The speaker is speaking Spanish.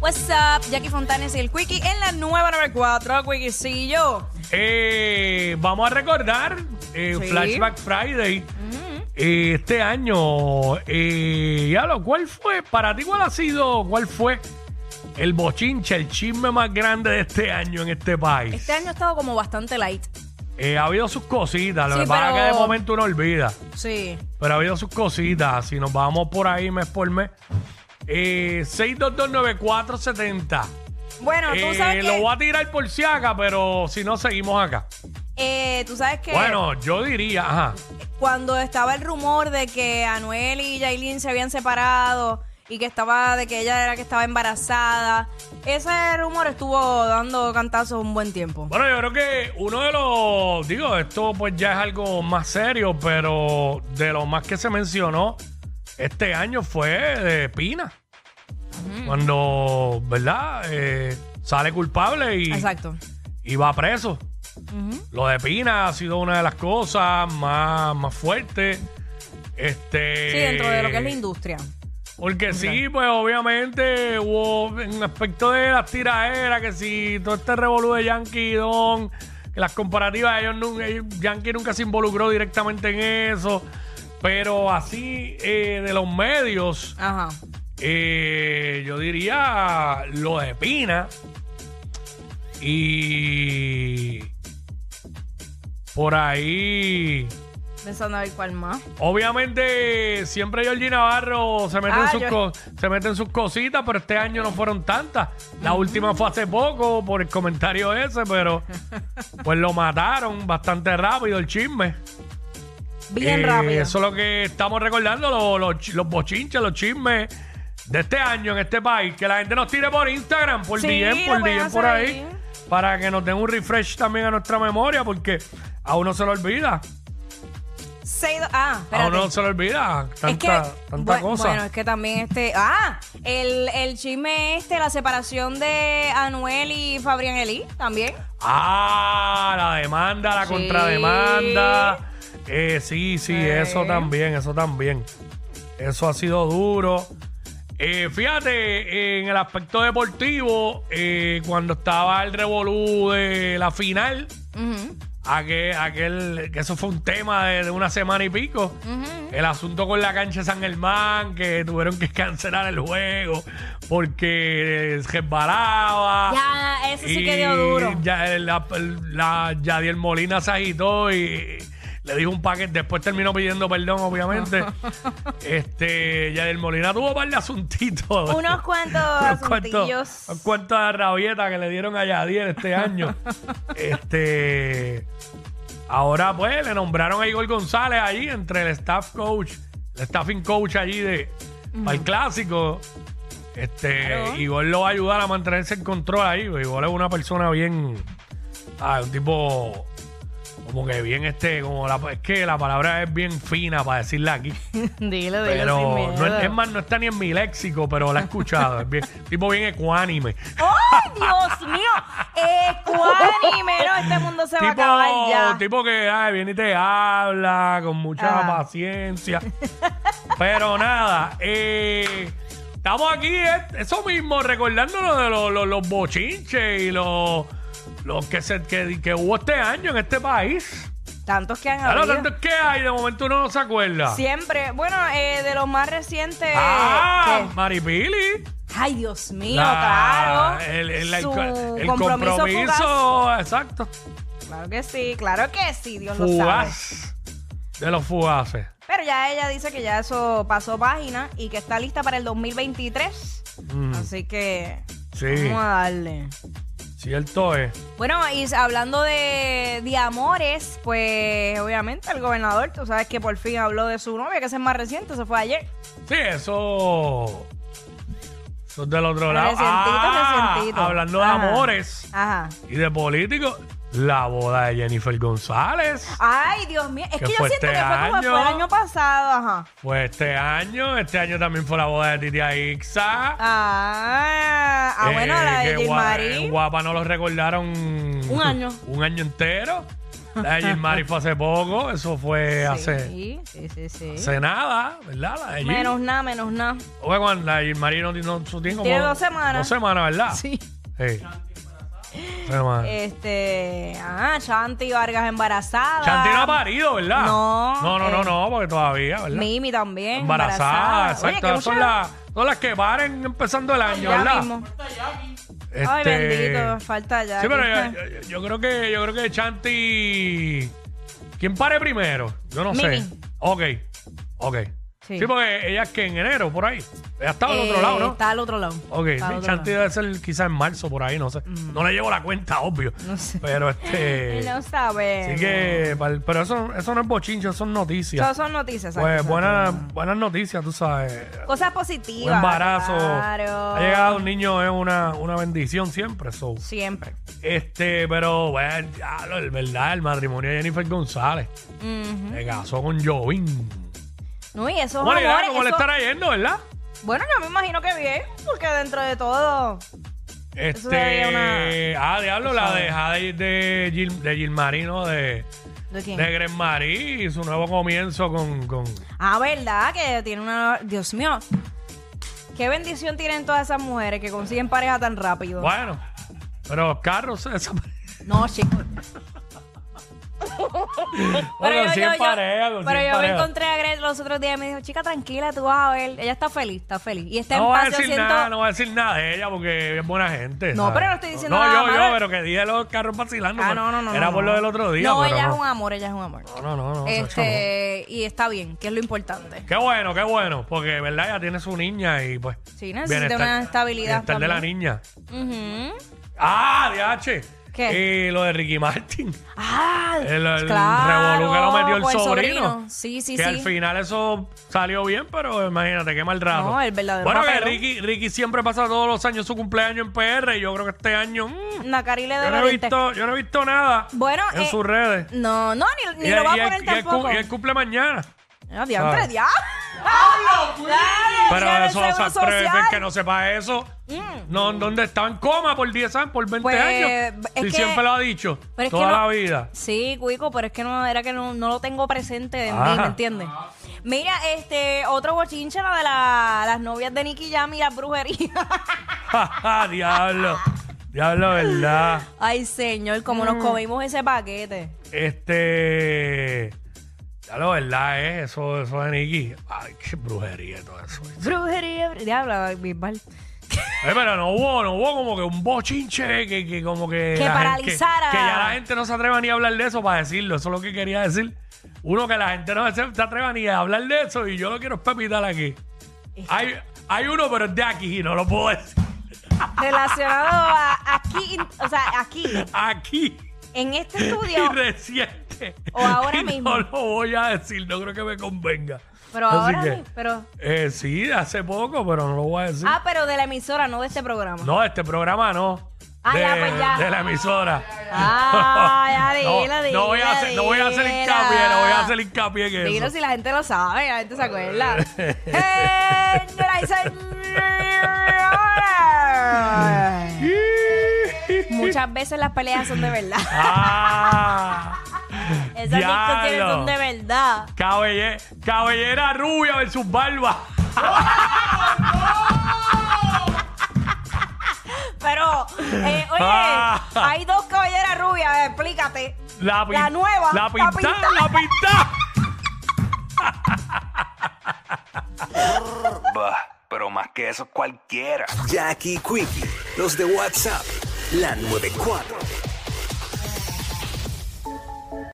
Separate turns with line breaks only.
What's up? Jackie Fontanes y el Quickie en la nueva 94, Quickiecillo.
Eh, vamos a recordar eh,
Sí.
Flashback Friday. Eh, este año, eh, ya lo, ¿cuál fue? Para ti, ¿cuál ha sido? ¿Cuál fue el bochinche, el chisme más grande de este año en este país?
Este año ha estado como bastante light.
Eh, ha habido sus cositas, lo
Sí,
que pasa es que de
pero-
momento uno olvida.
Sí.
Pero ha habido sus cositas. Si nos vamos por ahí mes por mes. Eh, 6229470.
Bueno, tú
Eh,
sabes
Lo
que.
voy a tirar por si acá, pero si no, seguimos acá.
eh, tú sabes que.
Bueno, yo diría, ajá.
Cuando estaba el rumor de que Anuel y Yailin se habían separado y que estaba. de que ella era que estaba embarazada. Ese rumor estuvo dando cantazos un buen tiempo.
Bueno, yo creo que uno de los, digo, esto pues ya es algo más serio, pero de lo más que se mencionó este año fue de Pina. Cuando, ¿verdad? Eh, sale culpable y,
Exacto.
y va preso. Lo de Pina ha sido una de las cosas más, más fuertes. Este,
Sí, dentro de lo que
Eh.
es la industria.
Porque sí, pues obviamente hubo en aspecto de las tiraderas, que si todo este revolú de Yankee y Don, que las comparativas, ellos, nun- ellos- Yankee nunca se involucró directamente en eso, pero así eh, de los medios,
Ajá.
eh, yo diría lo de Pina y por ahí...
Pensando a ver cuál más.
Obviamente, siempre Georgie Navarro se mete,
Ah,
en sus
yo-
co- se mete en sus cositas, pero este año no fueron tantas. La última fue hace poco por el comentario ese, pero pues lo mataron bastante rápido el chisme.
Bien
Eh,
rápido.
Eso es lo que estamos recordando, lo- lo chi- los, bochinches, los chismes de este año en este país. Que la gente nos tire por Instagram, por
Sí,
DM,
lo
por
pueden
DM por
hacer
ahí,
ahí.
para que nos den un refresh también a nuestra memoria, porque a uno se lo olvida.
Seis do- ah,
A
espérate.
uno se le olvida tanta, tanta
bue-
cosa.
Bueno, es que también este. Ah, el, el chisme este, la separación de Anuel y Fabrián Elí también.
Ah, la demanda, la
Sí.
contrademanda. Eh, sí,
Sí.
sí, eso también, eso también. Eso ha sido duro. Eh, fíjate, en el aspecto deportivo, eh, cuando estaba el revolú de la final,
Ujú.
aquel, aquel- que eso fue un tema de, de una semana y pico. El asunto con la cancha de San Germán, que tuvieron que cancelar el juego porque resbalaba.
Ya, eso sí
Y
que dio duro.
Ya, el- la, la- Yadiel Molina se agitó y le dijo un paquete. Después terminó pidiendo perdón, obviamente. este, Yadiel Molina tuvo un par de asuntitos.
Unos cuantos
Unos cuantos-
asuntillos.
unos cuantos rabietas que le dieron a Yadiel este año. este. Ahora, pues, le nombraron a Igor González allí entre el staff coach, el staffing coach allí de para el clásico. Este,
Claro.
Igor lo va a ayudar a mantenerse en control ahí. porque Igor es una persona bien. Ah, un tipo. Como que bien este. Como la, es que la palabra es bien fina para decirla aquí.
dilo, dilo. sin
Pero
miedo.
no es, es más, no está ni en mi léxico, pero la he escuchado. es bien, tipo bien ecuánime.
¡Ay, Dios mío! Eh, Ecuánime, no, este mundo se va a acabar ya. Ah.
Tipo, tipo que ay, viene y te habla con mucha
Ajá.
paciencia. pero nada, eh, estamos aquí, eh, eso mismo, recordándonos de los, los- los bochinches y los, los que, se, que, que hubo este año en este país.
Tantos que han
Claro,
habido.
tanto que hay, de momento uno no se acuerda.
Siempre. Bueno, eh, de los más recientes.
ah,
¿qué?
Maripili.
Ay, Dios mío,
La-
claro.
El, el- el-
Su
el
compromiso,
compromiso,
fugaz.
exacto.
Claro que sí, claro que sí, Dios lo sabe.
Fugaz. De los fugaces.
Pero ya ella dice que ya eso pasó página y que está lista para el 2023.
Mm,
Así que
sí,
vamos a darle.
cierto es.
Bueno, y hablando de, de amores, pues obviamente el gobernador, tú sabes que por fin habló de su novia, que ese es más reciente, se fue ayer.
Sí, eso. Eso es del otro lado.
Recientito,
Ah,
recientito.
Hablando
Ajá.
de amores
Ajá.
y de políticos, la boda de Jennifer González.
Ay, Dios mío, es
Que
que yo
fue
siento
este
que fue como
año.
fue el año pasado, ajá.
Fue este año. Este año también fue la boda de Titia Ixa.
Ah, ah, bueno,
Eh,
la de
que
Gilmarín.
gua- en Guapa no lo recordaron.
Un año.
Un año entero. La de Gilmary fue hace poco, eso fue hace,
Sí, sí, sí. sí.
hace nada, ¿verdad? La de Gil.
Menos nada, menos nada.
Oye, Juan, la de Gilmary no, no- eso tiene como...
Tiene dos semanas.
Dos semanas, ¿verdad?
Sí. Eh,
Sí. Semanas.
Este, ah, Chanti Vargas embarazada.
Chanti no ha parido, ¿verdad?
No,
No, no, no,
eh,
no, porque todavía, ¿verdad?
Mimi también.
Embarazada,
Embarazada,
exacto.
Oye, que
son,
mucha-
las, son las que paren empezando el año,
Ya
¿verdad?
mismo. Ay,
Este,
bendito, falta ya.
Sí, pero eh,
¿viste?
yo, yo- yo creo que yo creo que Chanti. ¿Quién pare primero? Yo no sé.
Mimi.
Ok. Ok. Sí.
Sí.
porque ella es que en enero, por ahí. Ella estaba al otro
Eh,
lado, ¿no?
Está al otro lado.
Ok,
Está al
sí,
otro
Chanti
lado. Mm.
debe ser quizás en marzo, por ahí, no sé. No le llevo la cuenta, obvio.
No sé.
Pero este.
No sabemos.
Así que, pal- pero eso, eso no es bochincho, eso son noticias.
Todas son noticias. exacto,
pues
exacto.
buenas buenas noticias, tú sabes.
Cosas
Un
positivas.
embarazo.
Claro.
Ha llegado un niño, es una, una bendición siempre. So.
Siempre.
Este, pero, bueno, diablo, el verdad, el matrimonio de Jennifer González.
Ujú.
Se casó con Jovin.
No, y esos
¿Cómo le, irá?
amores,
¿Cómo le
esos-
estará yendo, verdad?
Bueno, yo me imagino que bien, porque dentro de todo.
Este.
sería una-
Ah, diablo, la dejada de, de, Gil, de Gilmarino, de,
¿De quién?
de Gren Marie, y su nuevo comienzo con. con
Ah, verdad, que tiene una. Dios mío. Qué bendición tienen todas esas mujeres que consiguen pareja tan rápido.
Bueno, pero Carlos se desapareció.
No, chicos.
Bueno,
yo,
sí,
yo-
en
yo-
pareja,
pero yo me
con sí, en pareja.
encontré a Gret los otros días y me dijo, chica, tranquila, tú vas a ver. Ella está feliz, está feliz. Y está
No
en
voy a
paz, yo
decir
siento...
nada, no voy a decir nada de ella porque es buena gente.
No,
¿sabes?
pero no estoy diciendo
no,
nada
yo,
malo.
yo, pero que dije los carros vacilando.
Ah,
pero
no, no, no.
Era
no,
por
no.
lo del otro día.
No,
pero
ella
no.
es un amor, ella es un amor.
No, no, no, no, chacho,
este, y está bien, que es lo importante.
no. Qué bueno, qué bueno, porque verdad ella tiene su niña y pues.
Sí, necesita una estabilidad
Bienestar de la
también.
niña.
Ujú.
Ah, DH.
¿Qué?
Y lo de Ricky Martin.
Ah,
El, el
claro.
revolú que lo metió el
por
sobrino.
Sí, sí,
que
sí.
al final eso salió bien, pero imagínate qué mal rato.
No, el verdadero
Bueno, que
papelón.
Ricky, Ricky siempre pasa todos los años su cumpleaños en PR y yo creo que este año. mm,
Nacari le
yo,
debe
no he
dientes.
visto, yo no he visto nada
Bueno,
en
eh,
sus redes.
No, no, ni, ni
y,
lo va a
y él-
poner
y él cu-
tampoco.
y él cumple mañana.
No, diantre,
Ah.
diablo.
Pero eso, o sea,
social. Mm.
pero es que no sepa eso. No, ¿Dónde estaba en coma por 10 años, por 20
Pues,
años?
es
Si
que-
siempre lo ha dicho.
pero es que
Toda
no-
la vida.
Sí, Cuico, pero es que no, era que no, no lo tengo presente en
Ah.
mí, ¿me entiendes? Mira, este, otro bochinche, la de la- las novias de Nicky Jam y las brujerías.
diablo. Diablo, ¿verdad?
Ay, señor, como
Mm.
nos comimos ese paquete.
Este. Ya lo verdad es, eso, eso de Nicky. Ay, qué brujería y todo eso. eh.
Brujería, br- diablo, Bisbal.
Ay, Eh, pero no hubo, no hubo como que un bochinche que, que como que.
Que
la gente-
paralizara.
que, que ya la gente no se atreva ni a hablar de eso para decirlo. Eso es lo que quería decir. Uno que la gente no se se atreva ni a hablar de eso y yo lo quiero espepitar aquí. Hay, hay uno, pero es de aquí y no lo puedo decir.
Relacionado a aquí, in- o sea, aquí,
Aquí.
en este
Y
estudio.
reciente.
O ahora
Y
mismo.
No lo voy a decir, no creo que me convenga.
Pero
Así
ahora,
que-
mi- pero,
Eh, sí, hace poco, pero no lo voy a decir.
ah, pero de la emisora, no de este programa.
No, este programa no.
Ah,
de,
ya, pues ya.
de la emisora.
Ah, ya,
no,
dila,
no voy a
dila,
hacer, no voy a hacer
dila.
hincapié, no voy a hacer hincapié en eso.
Dilo si la gente lo sabe, la gente se acuerda. Señoras y señores. Muchas veces las peleas son de verdad.
Ah,
Esas
Diablo.
discusiones son de verdad.
cabelle- cabellera rubia versus barba.
Pero, eh, oye,
Ah.
hay dos caballeras rubias, explícate.
La, pin-
La nueva,
La
la
pintada,
pintada.
la pintada.
Bah, pero más que eso cualquiera.
Jackie Quickie, los de WhatsApp, la 94.